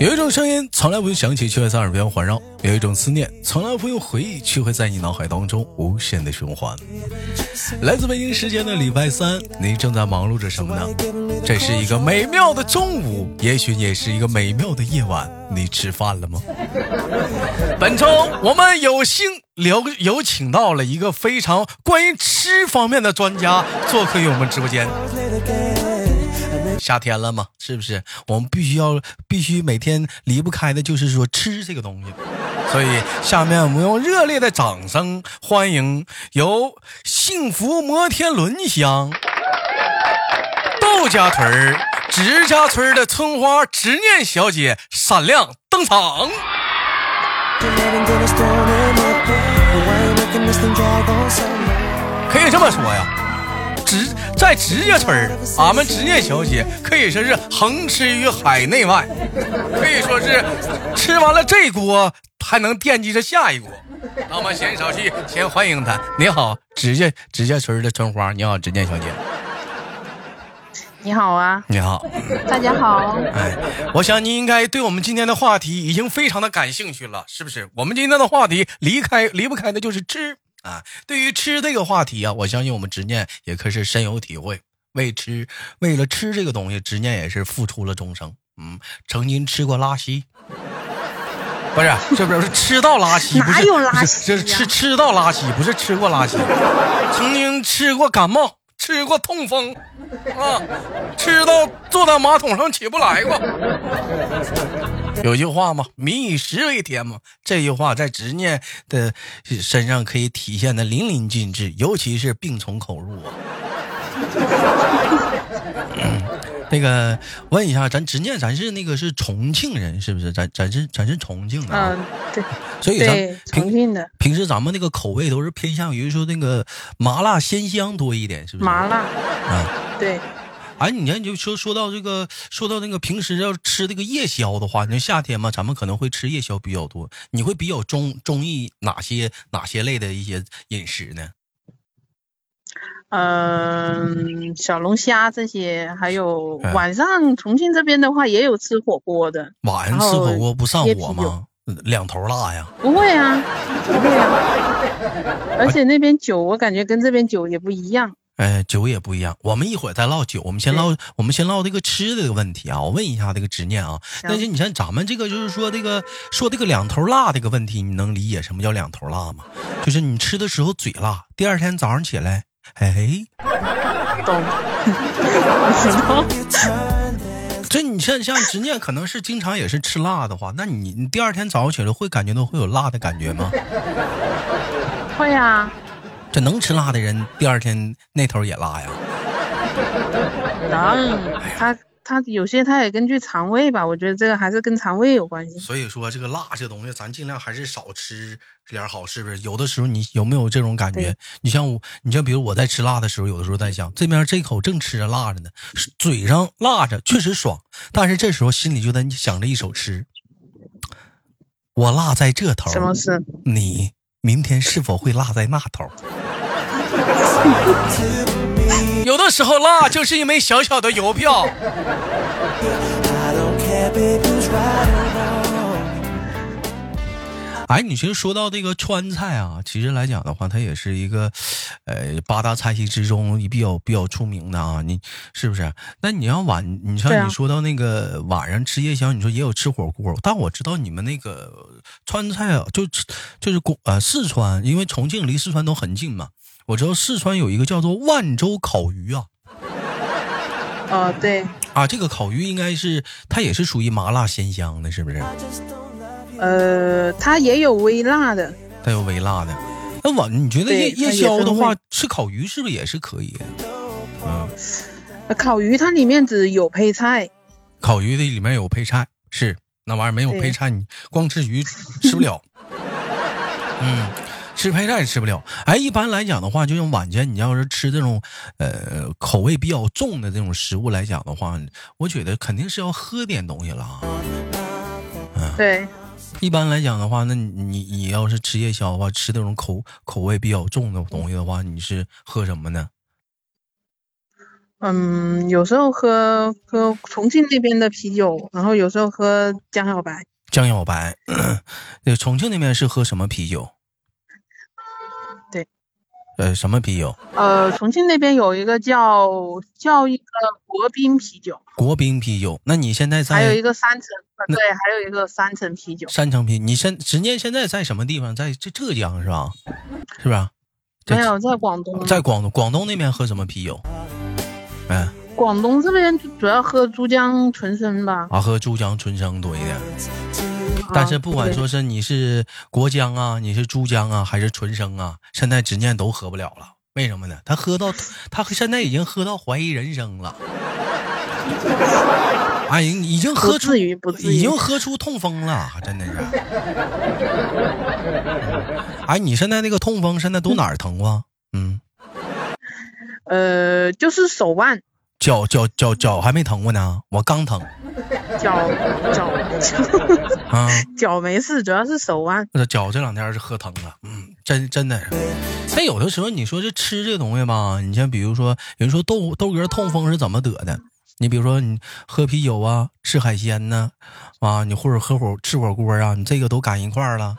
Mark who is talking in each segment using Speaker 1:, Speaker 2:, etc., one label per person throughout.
Speaker 1: 有一种声音从来不用响起，却会在耳边环绕；有一种思念从来不用回忆，却会在你脑海当中无限的循环。来自北京时间的礼拜三，你正在忙碌着什么呢？这是一个美妙的中午，也许也是一个美妙的夜晚。你吃饭了吗？本周我们有幸聊有请到了一个非常关于吃方面的专家做客于我们直播间。夏天了嘛，是不是？我们必须要必须每天离不开的就是说吃这个东西。所以，下面我们用热烈的掌声欢迎由幸福摩天轮乡窦家屯儿植家村儿的村花执念小姐闪亮登场。可以这么说呀，直在直家村儿，俺们直念小姐可以说是横吃于海内外，可以说是吃完了这锅还能惦记着下一锅。那我们闲少叙，先欢迎她。你好，直家直家村儿的春花，你好，直念小姐，
Speaker 2: 你好啊，
Speaker 1: 你好。
Speaker 2: 大家好。
Speaker 1: 哎，我想你应该对我们今天的话题已经非常的感兴趣了，是不是？我们今天的话题离开离不开的就是吃啊。对于吃这个话题啊，我相信我们执念也可是深有体会。为吃，为了吃这个东西，执念也是付出了终生。嗯，曾经吃过拉稀，不是，这不是吃到拉稀，不是
Speaker 2: 哪有拉
Speaker 1: 不是
Speaker 2: 稀
Speaker 1: 这
Speaker 2: 呀
Speaker 1: 是吃吃到拉稀，不是吃过 拉稀。曾经吃过感冒，吃过痛风，啊，吃到坐到马桶上起不来过。有句话嘛，“民以食为天”嘛，这句话在执念的身上可以体现的淋漓尽致，尤其是病从口入啊。 嗯那个，问一下，咱执念，咱是那个是重庆人，是不是？咱咱是咱是重庆的、啊，
Speaker 2: 嗯，对
Speaker 1: 所以咱
Speaker 2: 对，重
Speaker 1: 平
Speaker 2: 庆的
Speaker 1: 平时咱们那个口味都是偏向于说那个麻辣鲜香多一点，是不是？
Speaker 2: 麻辣。
Speaker 1: 啊，
Speaker 2: 对，
Speaker 1: 哎，你看，你就说说到这个，说到那个平时要吃这个夜宵的话，你说夏天嘛，咱们可能会吃夜宵比较多。你会比较中中意哪些哪些类的一些饮食呢？
Speaker 2: 嗯、小龙虾这些，还有
Speaker 1: 哎
Speaker 2: 晚上重庆这边的话，也有吃火锅的。
Speaker 1: 晚上
Speaker 2: 然
Speaker 1: 吃
Speaker 2: 后
Speaker 1: 火锅不上
Speaker 2: 椰
Speaker 1: 火
Speaker 2: 啤
Speaker 1: 吗？嗯两头辣呀！
Speaker 2: 不会啊，不会啊。而且那边酒，我感觉跟这边酒也不一样。
Speaker 1: 哎，酒也不一样。我们一会儿再唠酒，我们先唠，我们先唠这个吃的这个问题啊。我问一下这个执念啊，
Speaker 2: 行
Speaker 1: 但是你看咱们这个就是说这个说这个两头辣这个问题，你能理解什么叫两头辣吗？就是你吃的时候嘴辣，第二天早上起来，哎，
Speaker 2: 懂？我知道。
Speaker 1: 这你像像执念可能是经常也是吃辣的话，那你你第二天早上起来会感觉到会有辣的感觉吗？哎
Speaker 2: 会啊，
Speaker 1: 这能吃辣的人第二天那头也辣呀？
Speaker 2: 能。嗯他他有些他也根据肠胃吧，我觉得这个还是跟肠胃有关系。
Speaker 1: 所以说这个辣这东西，咱尽量还是少吃点好，是不是？有的时候你有没有这种感觉
Speaker 2: 对？
Speaker 1: 你像我，你像比如我在吃辣的时候，有的时候在想，这边这口正吃着辣着呢，嘴上辣着确实爽，但是这时候心里就在想着一手吃，我辣在这头，
Speaker 2: 什么事？
Speaker 1: 你明天是否会辣在那头？有的时候辣就是一枚小小的邮票。哎，你其实说到这个川菜啊，其实来讲的话，它也是一个，呃，八大菜系之中比较比较出名的啊。你是不是？那你要晚，你
Speaker 2: 对啊
Speaker 1: 像你说到那个晚上吃夜宵，你说也有吃火锅，但我知道你们那个川菜啊，就就是广呃四川，因为重庆离四川都很近嘛。我知道四川有一个叫做万州烤鱼啊，
Speaker 2: 哦，对，
Speaker 1: 啊，这个烤鱼应该是它也是属于麻辣鲜香的，是不是？
Speaker 2: 呃，它也有微辣的。
Speaker 1: 它有微辣的。那晚你觉得夜
Speaker 2: 对它
Speaker 1: 夜
Speaker 2: 也
Speaker 1: 宵的
Speaker 2: 分
Speaker 1: 话
Speaker 2: 味，
Speaker 1: 吃烤鱼是不是也是可以的？
Speaker 2: 呃烤鱼它里面只有配菜，
Speaker 1: 烤鱼的里面有配菜，是那玩意儿没有
Speaker 2: 对
Speaker 1: 配菜，你光吃鱼吃不 了。嗯，吃配菜吃不了。哎，一般来讲的话，就像晚间你要是吃这种呃口味比较重的这种食物来讲的话，我觉得肯定是要喝点东西了啊。嗯
Speaker 2: 对，
Speaker 1: 一般来讲的话，那你你你要是吃夜宵的话，吃那种口口味比较重的东西的话，你是喝什么呢？
Speaker 2: 嗯，有时候喝喝重庆那边的啤酒，然后有时候喝江小白。
Speaker 1: 江小白， 那重庆那边是喝什么啤酒？
Speaker 2: 对，
Speaker 1: 呃，什么啤酒？
Speaker 2: 呃，重庆那边有一个叫叫一个国宾啤酒，
Speaker 1: 国宾啤酒。那你现在
Speaker 2: 还有一
Speaker 1: 在
Speaker 2: 个三层，呃对，还有一个三层啤酒。
Speaker 1: 山城啤？你现直接现在在什么地方？在浙浙江是吧？是吧？在
Speaker 2: 没有在广东，
Speaker 1: 哦在广东广东那边喝什么啤酒？嗯、
Speaker 2: 广东这边主要喝珠江纯生吧。
Speaker 1: 啊，喝珠江纯生多一点。
Speaker 2: 啊
Speaker 1: 但是不管
Speaker 2: 对
Speaker 1: 说是你是国江啊，你是珠江啊，还是纯生啊，现在执念都喝不了了。为什么呢？他喝到他现在已经喝到怀疑人生了。哎，已经喝出
Speaker 2: 不至于，不至
Speaker 1: 已
Speaker 2: 于
Speaker 1: 经。喝出痛风了，真的是。哎，你现在那个痛风现在都哪儿疼啊？嗯，
Speaker 2: 呃，就是手腕、
Speaker 1: 脚脚脚脚还没疼过呢，我刚疼
Speaker 2: 脚、脚、 脚
Speaker 1: 啊。
Speaker 2: 脚没事，主要是手腕。
Speaker 1: 那脚这两天是喝疼了，嗯，真真的是。但有的时候你说这吃这东西吧，你像比如说，有人说豆豆哥痛风是怎么得的？你比如说你喝啤酒啊，吃海鲜呢、啊，你或者喝火吃火锅啊，你这个都赶一块儿了，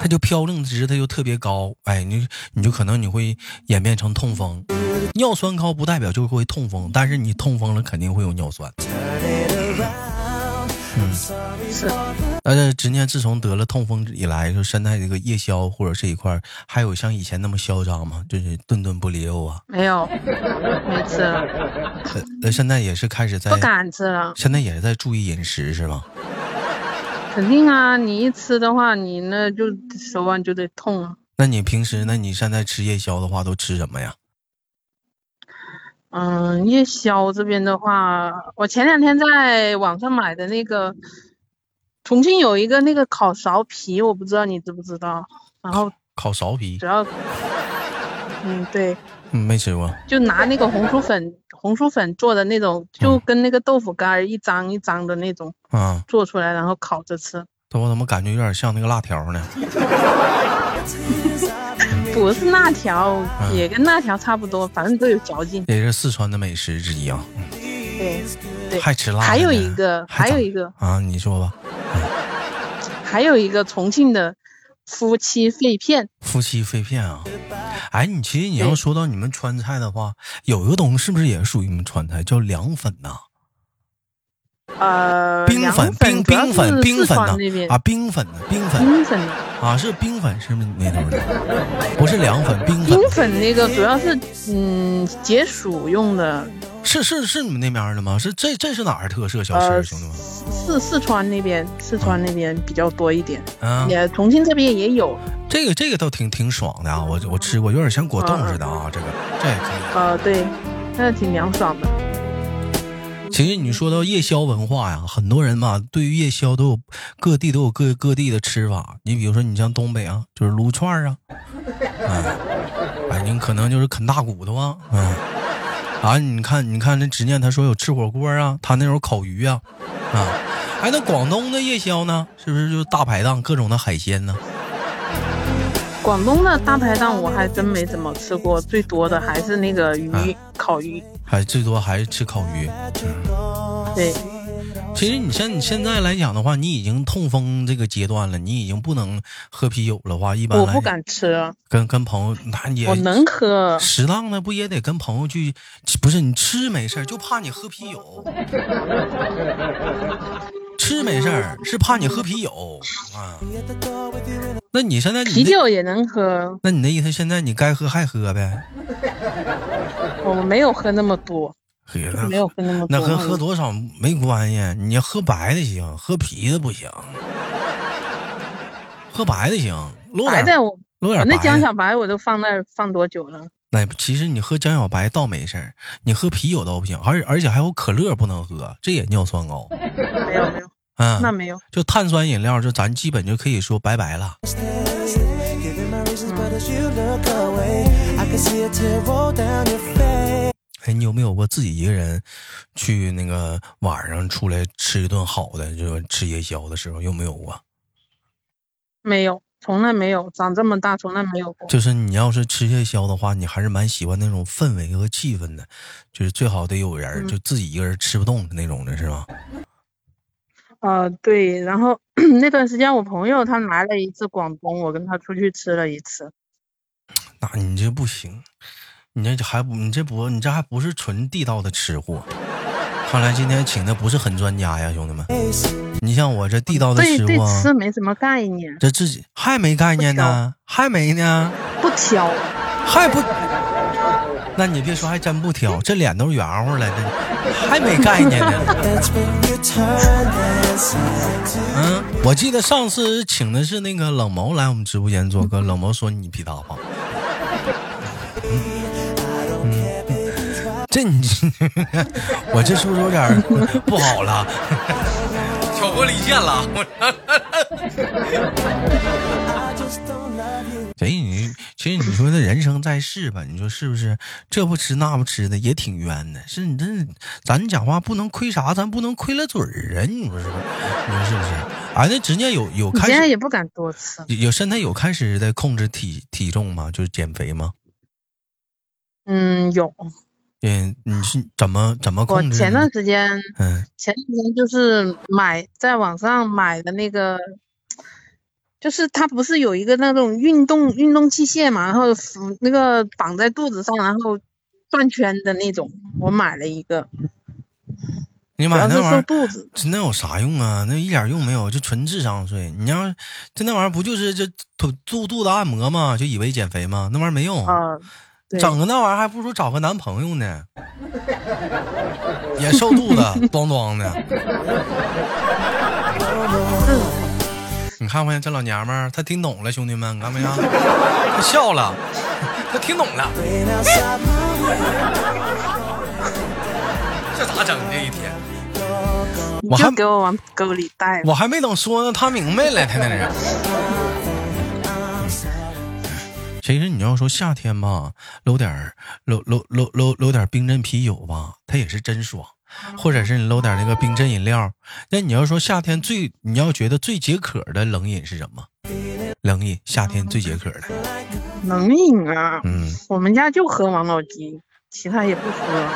Speaker 1: 它就嘌呤值它就特别高，哎，你你就可能你会演变成痛风。尿酸高不代表就会痛风，但是你痛风了肯定会有尿酸。
Speaker 2: 是，
Speaker 1: 但是执念自从得了痛风以来，就现在这个夜宵或者这一块儿，还有像以前那么嚣张吗？就是顿顿不离肉啊。
Speaker 2: 没有，没吃了，
Speaker 1: 呃呃，现在也是开始在
Speaker 2: 不，敢吃了。
Speaker 1: 现在也是在注意饮食是吧？
Speaker 2: 肯定啊，你一吃的话，你那就手腕就得痛啊。
Speaker 1: 那你平时，那你现在吃夜宵的话，都吃什么呀？
Speaker 2: 嗯，夜宵这边的话，我前两天在网上买的那个，重庆有一个那个烤苕皮，我不知道你知不知道。然后
Speaker 1: 烤苕皮
Speaker 2: 主，要，嗯，对，
Speaker 1: 嗯，没吃过。
Speaker 2: 就拿那个红薯粉、红薯粉做的那种，就跟那个豆腐干儿一张一张的那种
Speaker 1: 啊，
Speaker 2: 做出来，然后烤着吃。
Speaker 1: 但我怎么感觉有点像那个辣条呢？
Speaker 2: 不是辣条，也跟辣条差不多，反正都有嚼劲。
Speaker 1: 也是四川的美食之一啊。
Speaker 2: 对，对
Speaker 1: 还吃辣的呢？
Speaker 2: 还有一个，还有
Speaker 1: 咋
Speaker 2: 一个，
Speaker 1: 啊，你说吧，
Speaker 2: 还有一个重庆的夫妻肺片，
Speaker 1: 夫妻肺片啊。哎，你其实你要
Speaker 2: 对
Speaker 1: 说到你们川菜的话，有一个东西是不是也属于你们川菜，叫凉粉呐、
Speaker 2: 呃，
Speaker 1: 冰
Speaker 2: 凉
Speaker 1: 粉、冰
Speaker 2: 主要
Speaker 1: 冰粉、
Speaker 2: 是
Speaker 1: 冰
Speaker 2: 四
Speaker 1: 粉
Speaker 2: 川
Speaker 1: 呐
Speaker 2: 那边
Speaker 1: 啊，冰粉呢？冰粉
Speaker 2: 冰粉啊，
Speaker 1: 啊，是冰粉是不是那头的？不是凉粉，冰粉
Speaker 2: 冰粉那个主要是嗯解暑用的，
Speaker 1: 是是是你们那边的吗？是这这是哪儿特色小吃啊，
Speaker 2: 呃，
Speaker 1: 兄弟们？
Speaker 2: 四四川那边，四川那边比较多一点，
Speaker 1: 啊，
Speaker 2: 也重庆这边也有，
Speaker 1: 这个这个倒挺挺爽的啊，我我吃过，有点像果冻
Speaker 2: 嗯
Speaker 1: 似的啊，这个这也可以。
Speaker 2: 呃，对，那挺凉爽的。
Speaker 1: 其实你说到夜宵文化呀，很多人嘛，对于夜宵都有各地都有各各地的吃法。你比如说，你像东北啊，就是撸串儿啊，嗯，哎，你可能就是啃大骨头啊，嗯，啊，你看，你看那执念他说有吃火锅啊，他那有烤鱼啊，啊，哎，那广东的夜宵呢，是不是就是大排档各种的海鲜呢？
Speaker 2: 广东的大排档我还真没怎么吃过，最多的还是那个鱼、
Speaker 1: 啊
Speaker 2: 烤鱼。
Speaker 1: 还哎最多还是吃烤鱼。
Speaker 2: 对，
Speaker 1: 其实你像你现在来讲的话，你已经痛风这个阶段了，你已经不能喝啤酒的话，一般
Speaker 2: 我
Speaker 1: 来
Speaker 2: 不
Speaker 1: 讲
Speaker 2: 敢吃了，
Speaker 1: 跟跟朋友，那也
Speaker 2: 我能喝，
Speaker 1: 适当的不也得跟朋友去？不是你吃没事儿，就怕你喝啤酒。吃没事儿是怕你喝啤酒啊。那你现在你
Speaker 2: 啤
Speaker 1: 那
Speaker 2: 酒也能喝，
Speaker 1: 那你那意思，现在你该喝还喝呗？
Speaker 2: 我没有喝那么多，
Speaker 1: 喝
Speaker 2: 没有喝那么多。
Speaker 1: 那跟喝多少没关系，你要喝白的行，喝啤的不行。 喝白的行，落
Speaker 2: 白
Speaker 1: 点
Speaker 2: 的我，
Speaker 1: 落
Speaker 2: 我
Speaker 1: 点白
Speaker 2: 那
Speaker 1: 的。
Speaker 2: 江小白我都放那儿放多久了？
Speaker 1: 那其实你喝江小白倒没事儿，你喝啤酒倒不行，而而且还有可乐不能喝，这也尿酸 高。
Speaker 2: 没有没有，那
Speaker 1: 嗯，
Speaker 2: 没有。
Speaker 1: 就碳酸饮料，就咱基本就可以说拜拜了。哎，你有没有过自己一个人去那个晚上出来吃一顿好的，就是吃夜宵的时候，有没有过？
Speaker 2: 没有，从来没有，长这么大从来没有过。
Speaker 1: 就是你要是吃夜宵的话，你还是蛮喜欢那种氛围和气氛的，就是最好得有人儿，
Speaker 2: 嗯
Speaker 1: 就自己一个人吃不动的那种的，是吗？
Speaker 2: 呃，对，然后 那段时间我朋友他来了一次广东，我跟他出去吃了一次。
Speaker 1: 那你这不行，你这还不你这不你这还不是纯地道的吃货。看来今天请的不是很专家呀，兄弟们。你像我这地道的
Speaker 2: 对
Speaker 1: 吃
Speaker 2: 对
Speaker 1: 货啊，
Speaker 2: 吃没什么概念，
Speaker 1: 这自己还没概念呢，还没呢，
Speaker 2: 不挑。
Speaker 1: 还不。那你别说，还真不挑，这脸都圆乎了，这还没概念呢。
Speaker 3: That's when you turn inside to
Speaker 1: 嗯，我记得上次请的是那个冷毛来我们直播间做客，冷毛说你比他胖。嗯这你，我这是不是有点儿不好了？挑拨离间了？
Speaker 3: I just don't love you.
Speaker 1: 所以你，其实你说这人生在世吧，你说是不是？这不吃那不吃的也挺冤的。是你这，咱讲话不能亏啥，咱不能亏了嘴儿啊！你说是不是？你说是不是？哎，那人家有有
Speaker 2: 你
Speaker 1: 开
Speaker 2: 现在
Speaker 1: 始
Speaker 2: 也不敢多吃，
Speaker 1: 有身材有开始在控制体体重吗？就是减肥吗？
Speaker 2: 嗯，有。
Speaker 1: 嗯，你是怎么怎么
Speaker 2: 啊我
Speaker 1: 控制呢？
Speaker 2: 前段时间，
Speaker 1: 嗯，
Speaker 2: 前段时间就是买在网上买的那个，就是它不是有一个那种运动运动器械嘛，然后扶那个绑在肚子上，然后转圈的那种，我买了一个，
Speaker 1: 你
Speaker 2: 主
Speaker 1: 买
Speaker 2: 要
Speaker 1: 那
Speaker 2: 是
Speaker 1: 玩意
Speaker 2: 瘦
Speaker 1: 儿。
Speaker 2: 肚子。
Speaker 1: 这那有啥用啊？那一点用没有，就纯智商税。你要是这那玩意儿不就是这肚肚肚子按摩嘛，就以为减肥吗？那玩意儿没用。
Speaker 2: 啊、对，
Speaker 1: 整个那玩意儿还不如找个男朋友呢，也瘦肚子， 咚咚的。你看没？这老娘们儿，她听懂了，兄弟们，你看没呀？她笑了，她听懂了，
Speaker 3: Wait outside my
Speaker 1: 这咋整这一天？
Speaker 2: 你
Speaker 1: 我
Speaker 2: 就
Speaker 1: 还
Speaker 2: 给我往沟里带
Speaker 1: 我还没等说呢，她明白了，她那是。其实你要说夏天吧，搂点儿搂搂搂搂搂点儿冰镇啤酒吧，它也是真爽。或者是你搂点那个冰镇饮料。那你要说夏天最，你要觉得最解渴的冷饮是什么？冷饮，夏天最解渴的。
Speaker 2: 冷饮啊。
Speaker 1: 嗯，
Speaker 2: 我们家就喝王老吉，其他也不喝。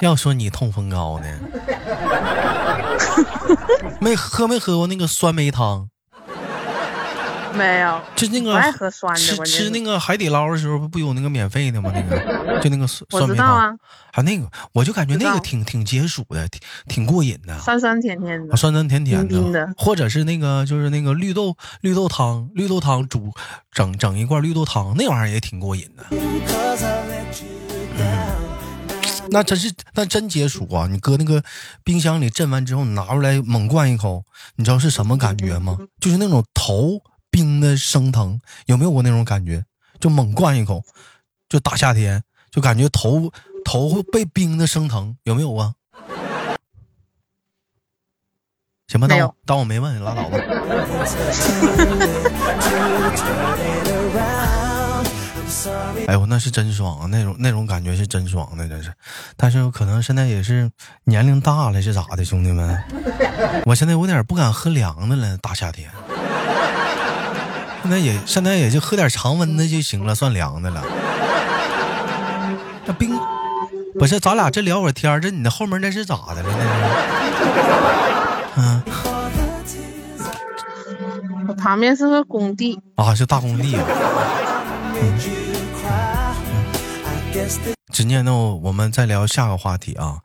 Speaker 1: 要说你痛风高呢，没喝没喝过那个酸梅汤，
Speaker 2: 没有，
Speaker 1: 就那
Speaker 2: 不爱
Speaker 1: 个
Speaker 2: 喝酸的
Speaker 1: 吃，
Speaker 2: 关键
Speaker 1: 吃
Speaker 2: 是
Speaker 1: 那个海底捞的时候不不有那个免费的吗？那 个就那个酸
Speaker 2: 我
Speaker 1: 酸
Speaker 2: 知
Speaker 1: 梅
Speaker 2: 道
Speaker 1: 汤
Speaker 2: 啊，
Speaker 1: 啊，那个我就感觉
Speaker 2: 知
Speaker 1: 那个
Speaker 2: 道
Speaker 1: 挺挺解暑的，挺挺过瘾的。
Speaker 2: 酸酸甜甜的
Speaker 1: 啊，。酸酸甜甜的，
Speaker 2: 冰冰的
Speaker 1: 或者是那个就是那个绿豆绿豆汤，绿豆汤煮整整一罐绿豆汤，那玩意儿也挺过瘾的。
Speaker 3: cause I let you down.
Speaker 1: 那真是那真解暑啊！你搁那个冰箱里镇完之后，你拿出来猛灌一口，你知道是什么感觉吗？
Speaker 2: 嗯
Speaker 1: 就是那种头冰的生疼，有没有过那种感觉？就猛灌一口，就大夏天就感觉头头会被冰的生疼，有没有啊？行吧，当
Speaker 2: 没
Speaker 1: 我
Speaker 2: 有
Speaker 1: 当我没问，拉倒吧。
Speaker 3: I'm sorry.
Speaker 1: 哎呦，那是真爽啊，那种那种感觉是真爽的，真是。但是可能现在也是年龄大了，是咋的，兄弟们？ 我现在有点不敢喝凉的了，大夏天。现在也现在也就喝点常温的就行了，算凉的了。那冰不是，咱俩这聊会儿天儿这你的后门那是咋的了呢？
Speaker 2: 我旁边是个工地，
Speaker 1: 啊，是大工地啊。
Speaker 3: I guess that
Speaker 1: 执念，那我们再聊下个话题啊。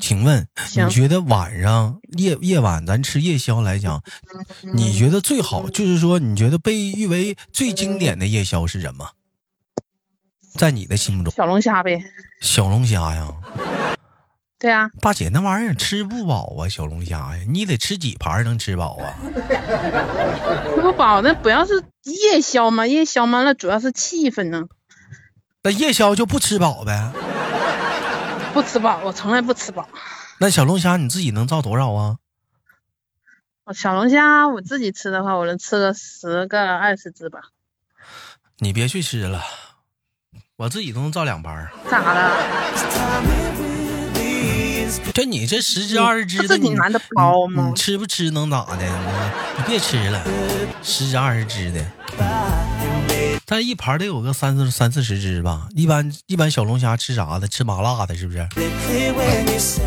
Speaker 1: 请问，
Speaker 2: 行
Speaker 1: 你觉得晚上夜夜晚咱吃夜宵来讲，你觉得最
Speaker 2: 嗯
Speaker 1: 好就是说，你觉得被誉为最经典的夜宵是什么？在你的心目中，
Speaker 2: 小龙虾呗。
Speaker 1: 小龙虾呀，
Speaker 2: 对啊，
Speaker 1: 大姐那玩意儿吃不饱啊，小龙虾呀，你得吃几盘能吃饱啊？
Speaker 2: 吃不饱，那不要是夜宵嘛，夜宵嘛，那主要是气氛呢。
Speaker 1: 那夜宵就不吃饱呗？
Speaker 2: 不吃饱，我从来不吃饱。
Speaker 1: 那小龙虾你自己能造多少啊？
Speaker 2: 我小龙虾我自己吃的话，我能吃个十个二十只吧。
Speaker 1: 你别去吃了，我自己都能造两盘儿。
Speaker 2: 咋了？
Speaker 3: it's time it really
Speaker 1: 这你这十只二十只的，
Speaker 2: 自己
Speaker 1: 你
Speaker 2: 拿的包
Speaker 1: 你
Speaker 2: 吗
Speaker 1: 你吃不吃能咋的？你别吃了，十只二十只的，但一盘得有个三四三四十只吧。一般一般小龙虾吃啥的？吃麻辣的，是不是？
Speaker 3: Clear when you say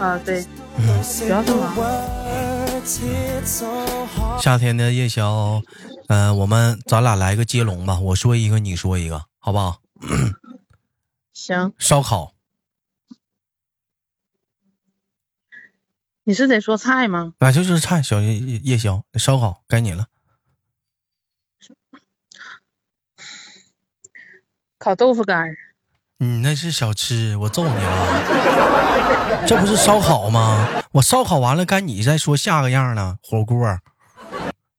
Speaker 2: 啊，对，
Speaker 3: those
Speaker 2: 主要是
Speaker 3: simple
Speaker 2: 忙。
Speaker 3: words, it's so hard.
Speaker 1: 夏天的夜宵，嗯、我们咱俩来个接龙吧，我说一个，你说一个，好不好？
Speaker 2: 行，
Speaker 1: 烧烤，
Speaker 2: 你是得说菜吗？
Speaker 1: 那、就就是菜小夜夜夜宵，烧烤该你了。
Speaker 2: 烤豆腐干儿，
Speaker 1: 你那是小吃，我揍你了！ 这不是烧烤吗？我烧烤完了，该你再说下个样了。火锅，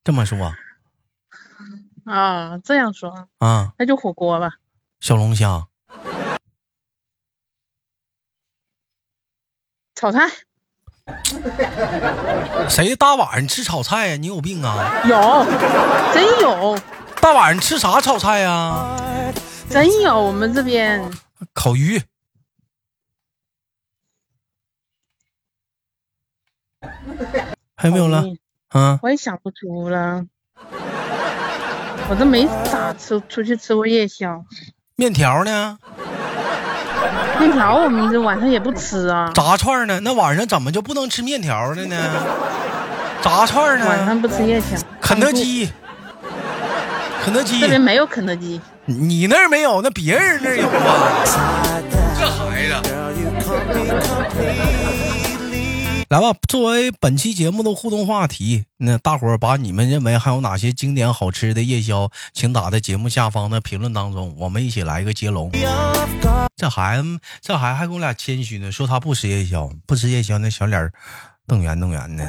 Speaker 1: 这么说
Speaker 2: 啊，这样说，
Speaker 1: 啊？
Speaker 2: 那就火锅吧。
Speaker 1: 小龙虾、
Speaker 2: 炒菜
Speaker 1: 谁大晚上吃炒菜呀、你有病啊！
Speaker 2: 有，真有，
Speaker 1: 大晚上吃啥炒菜呀、啊？
Speaker 2: 真有。我们这边
Speaker 1: 烤鱼、还有没有
Speaker 2: 嗯
Speaker 1: 了？啊，
Speaker 2: 我也想不出了。我都没咋吃出去吃过夜宵，
Speaker 1: 面条呢？
Speaker 2: 面条我们这晚上也不吃啊，
Speaker 1: 炸串呢？那晚上怎么就不能吃面条了呢？炸串呢？
Speaker 2: 晚上不吃夜宵。
Speaker 1: 嗯肯德基，肯德基
Speaker 2: 这，边没有肯德基，
Speaker 1: 嗯你那儿没有，那别人那儿有啊。这孩子，
Speaker 3: Girl, you can't be completely
Speaker 1: 来吧，作为本期节目的互动话题，那大伙儿把你们认为还有哪些经典好吃的夜宵，请打在节目下方的评论当中，我们一起来一个接龙。
Speaker 3: off guard.
Speaker 1: 这孩子，这孩子还跟我俩谦虚呢，说他不吃夜宵，不吃夜宵，那小脸儿瞪圆瞪圆的。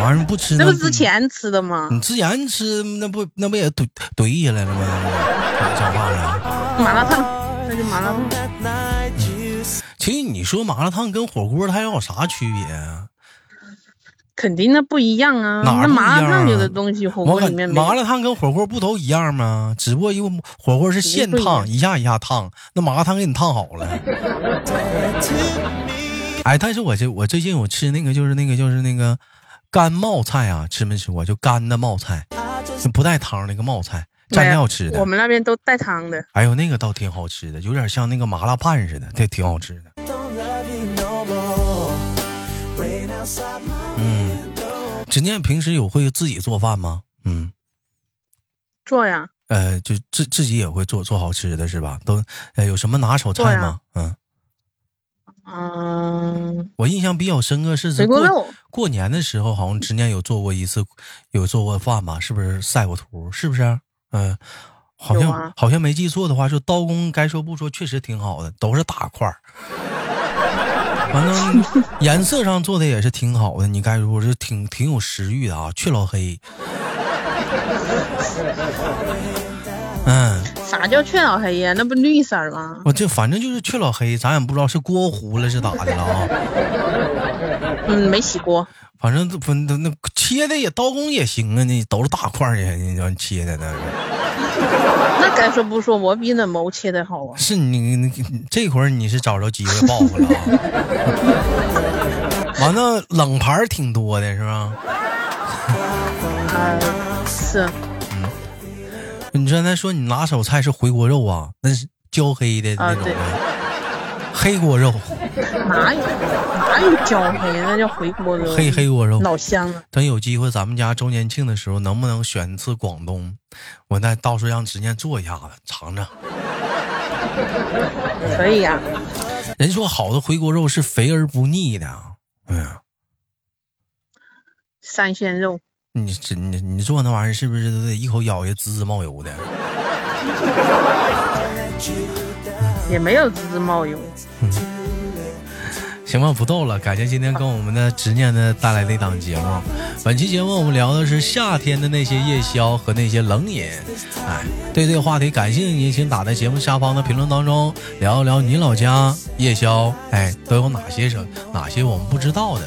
Speaker 1: 完事儿不吃，
Speaker 2: 这不
Speaker 1: 那
Speaker 2: 之前吃的吗？
Speaker 1: 你之前吃那不那不也怼怼下来了吗？讲话了。
Speaker 2: 麻辣烫，那就麻辣烫。
Speaker 3: That night you said
Speaker 1: 其实你说麻辣烫跟火锅它有啥区别啊？
Speaker 2: 肯定那不一样啊，
Speaker 1: 哪儿
Speaker 2: 那
Speaker 1: 不一
Speaker 2: 麻辣
Speaker 1: 样啊
Speaker 2: 烫有的东西火
Speaker 1: 我
Speaker 2: 锅
Speaker 1: 感
Speaker 2: 里面没有
Speaker 1: 麻辣烫跟火锅不都一样吗？只不过因为火锅是现
Speaker 2: 肯定不一
Speaker 1: 烫，
Speaker 2: 样
Speaker 1: 一下一下烫，那麻辣烫给你烫好了。哎，但是我这我最近我吃那个就是那个就是那个干冒菜啊，吃没吃过？就干的冒菜，
Speaker 3: I just
Speaker 1: 就不带汤那个冒菜，蘸
Speaker 2: 没有
Speaker 1: 料吃的
Speaker 2: 啊我。们那边都带汤的，
Speaker 1: 哎呦，那个倒挺好吃的，有点像那个麻辣拌似的，这挺好吃的。
Speaker 3: don't love you no more. Rain outside my window.
Speaker 1: 陈念平时有会自己做饭吗？嗯。
Speaker 2: 做呀，
Speaker 1: 呃，就自自己也会做做好吃的是吧？都呃有什么拿手菜吗？嗯，
Speaker 2: 嗯，
Speaker 1: 我印象比较深刻是
Speaker 2: 回锅
Speaker 1: 过
Speaker 2: 肉
Speaker 1: 过年的时候，好像之前有做过一次，有做过饭吧？是不是赛过图？是不是？嗯、好像、
Speaker 2: 有啊
Speaker 1: 好像没记错的话，就刀工该说不说，确实挺好的，都是大块儿。 完了，颜色上做的也是挺好的，你该说是挺挺有食欲的啊，雀老黑。嗯，
Speaker 2: 啥叫雀老黑呀？那不绿色儿吗？
Speaker 1: 我这反正就是雀老黑，咱也不知道是锅糊了是咋的了啊。
Speaker 2: 嗯，没洗锅，
Speaker 1: 反正这不那那切的也刀工也行啊，那都是大块儿的，你让切的那是。
Speaker 2: 那该说不说，我比那毛切的好啊。
Speaker 1: 是你你这会儿你是找着机会报复了啊。 完了，冷盘儿挺多的是吧？
Speaker 2: 啊，是
Speaker 1: 你刚才说你拿手菜是回锅肉啊，那是焦黑的那
Speaker 2: 啊
Speaker 1: 种
Speaker 2: 对
Speaker 1: 的，黑锅肉，
Speaker 2: 哪有哪有焦黑，那叫回锅肉，
Speaker 1: 黑黑锅肉。
Speaker 2: 老香了。
Speaker 1: 等有机会咱们家周年庆的时候，能不能选一次广东？我那到时候让执念做一下子尝尝。
Speaker 2: 可以啊呀、
Speaker 1: 人说好的回锅肉是肥而不腻的啊，嗯，
Speaker 2: 三鲜肉
Speaker 1: 你这你你做那玩意儿是不是都得一口咬下滋滋冒油的？
Speaker 2: 也没有滋滋冒油，
Speaker 1: 行吧，不逗了，感谢今天跟我们的执念的带来的一档节目。本期节目我们聊的是夏天的那些夜宵和那些冷饮。哎，对这个话题感兴趣，请打在节目下方的评论当中聊一聊你老家夜宵，哎，都有哪些什哪些我们不知道的，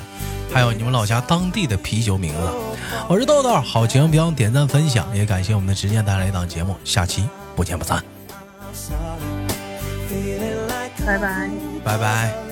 Speaker 1: 还有你们老家当地的啤酒名字。我是豆豆，好节目别忘点赞分享，也感谢我们的执念带来一档节目，下期不见不散，
Speaker 3: Feeling like
Speaker 2: 拜拜。
Speaker 1: 拜拜。